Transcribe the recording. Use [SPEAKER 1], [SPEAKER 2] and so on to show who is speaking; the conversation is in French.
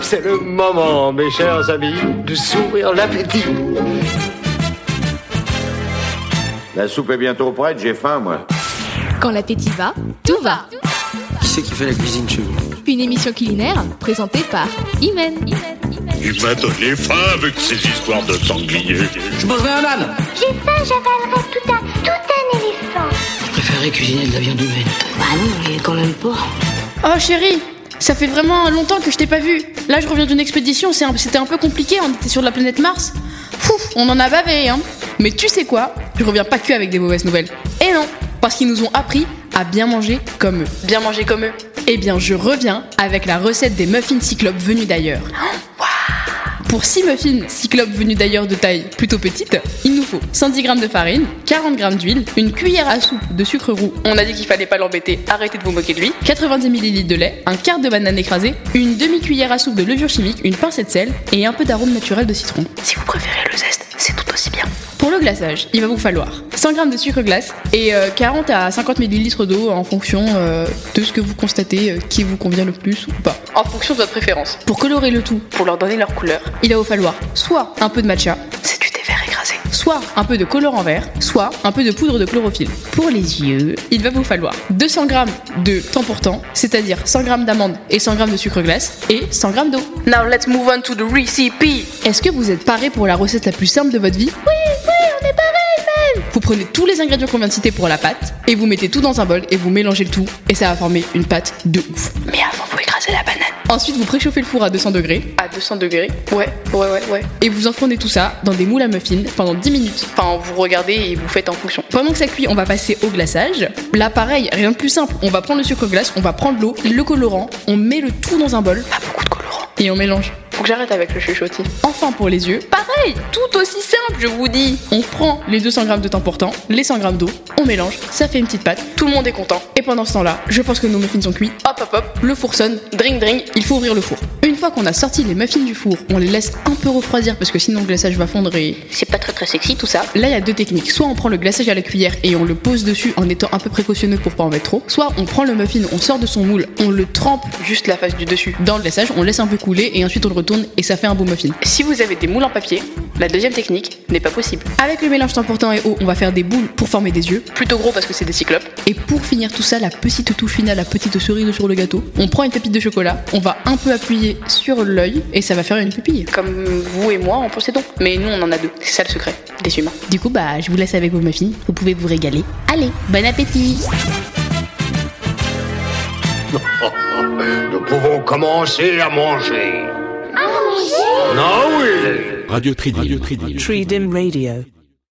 [SPEAKER 1] C'est le moment, mes chers amis, de s'ouvrir l'appétit.
[SPEAKER 2] La soupe est bientôt prête, j'ai faim, moi.
[SPEAKER 3] Quand l'appétit va, tout va.
[SPEAKER 4] Qui c'est qui fait la cuisine chez vous
[SPEAKER 3] Une émission culinaire présentée par Imen.
[SPEAKER 5] Il m'a donné faim avec ces histoires de sangliers.
[SPEAKER 4] Je mangerai un âne
[SPEAKER 6] J'ai faim, j'avalerai tout un, tout un éléphant.
[SPEAKER 4] Je préférerais cuisiner de la viande humaine.
[SPEAKER 7] Bah non, mais quand même pas.
[SPEAKER 8] Oh chérie, ça fait vraiment longtemps que je t'ai pas vu. Là, je reviens d'une expédition, c'est un- c'était un peu compliqué, on était sur la planète Mars. Fouf, on en a bavé, hein. Mais tu sais quoi Je reviens pas que avec des mauvaises nouvelles. Et non, parce qu'ils nous ont appris à bien manger comme eux. Bien manger comme eux Eh bien, je reviens avec la recette des muffins cyclopes venus d'ailleurs. Pour 6 muffins cyclopes venus d'ailleurs de taille plutôt petite, il nous faut 110 g de farine, 40 g d'huile, une cuillère à soupe de sucre roux, on a dit qu'il fallait pas l'embêter, arrêtez de vous moquer de lui, 90 ml de lait, un quart de banane écrasée, une demi-cuillère à soupe de levure chimique, une pincée de sel et un peu d'arôme naturel de citron.
[SPEAKER 7] Si vous préférez le zeste, c'est tout aussi bien.
[SPEAKER 8] Pour le glaçage, il va vous falloir 100 g de sucre glace et euh, 40 à 50 ml d'eau en fonction euh, de ce que vous constatez euh, qui vous convient le plus ou pas. En fonction de votre préférence. Pour colorer le tout, pour leur donner leur couleur, il va vous falloir soit un peu de matcha,
[SPEAKER 7] C'est du thé vert écrasé.
[SPEAKER 8] soit un peu de colorant vert, soit un peu de poudre de chlorophylle. Pour les yeux, il va vous falloir 200 g de temps pour temps, c'est-à-dire 100 g d'amandes et 100 g de sucre glace et 100 g d'eau. Now let's move on to the recipe. Est-ce que vous êtes paré pour la recette la plus simple de votre vie Oui, oui, on est paré même. Vous prenez tous les ingrédients qu'on vient de citer pour la pâte et vous mettez tout dans un bol et vous mélangez le tout et ça va former une pâte de ouf.
[SPEAKER 7] Mais avant, vous écrasez la banane.
[SPEAKER 8] Ensuite, vous préchauffez le four à 200 degrés. À 200 degrés Ouais, ouais, ouais, ouais. Et vous enfournez tout ça dans des moules à muffins pendant 10 minutes. Enfin, vous regardez et vous faites en fonction. Pendant que ça cuit, on va passer au glaçage. Là, pareil, rien de plus simple. On va prendre le sucre glace, on va prendre l'eau, le colorant, on met le tout dans un bol
[SPEAKER 7] Pas beaucoup de colorant.
[SPEAKER 8] et on mélange. Faut que j'arrête avec le chuchotis. Enfin, pour les yeux, pareil, tout aussi simple, je vous dis. On prend les 200 grammes de temps pour temps, les 100 grammes d'eau, on mélange, ça fait une petite pâte, tout le monde est content. Et pendant ce temps-là, je pense que nos muffins sont cuits. Hop, hop, hop, le four sonne, dring, dring, il faut ouvrir le four. Une fois qu'on a sorti les muffins du four, on les laisse un peu refroidir parce que sinon le glaçage va fondre et
[SPEAKER 7] C'est pas très très sexy tout ça.
[SPEAKER 8] Là, il y a deux techniques. Soit on prend le glaçage à la cuillère et on le pose dessus en étant un peu précautionneux pour pas en mettre trop. Soit on prend le muffin, on sort de son moule, on le trempe juste la face du dessus dans le glaçage, on laisse un peu couler et ensuite on le retourne et ça fait un beau muffin. Si vous avez des moules en papier, la deuxième technique n'est pas possible. Avec le mélange temps pour temps et eau, on va faire des boules pour former des yeux. Plutôt gros parce que c'est des cyclopes. Et pour finir tout ça, la petite touche finale, la petite cerise sur le gâteau, on prend une pépite de chocolat, on va un peu appuyer sur l'œil et ça va faire une pupille. Comme vous et moi en possédons. Mais nous on en a deux. C'est ça le secret des humains.
[SPEAKER 3] Du coup, bah, je vous laisse avec vos muffins. Vous pouvez vous régaler. Allez, bon appétit.
[SPEAKER 1] Nous pouvons commencer à manger.
[SPEAKER 6] À manger
[SPEAKER 1] Ah oui
[SPEAKER 9] Radio Tridim. Radio Tridim.
[SPEAKER 10] Tridim Radio.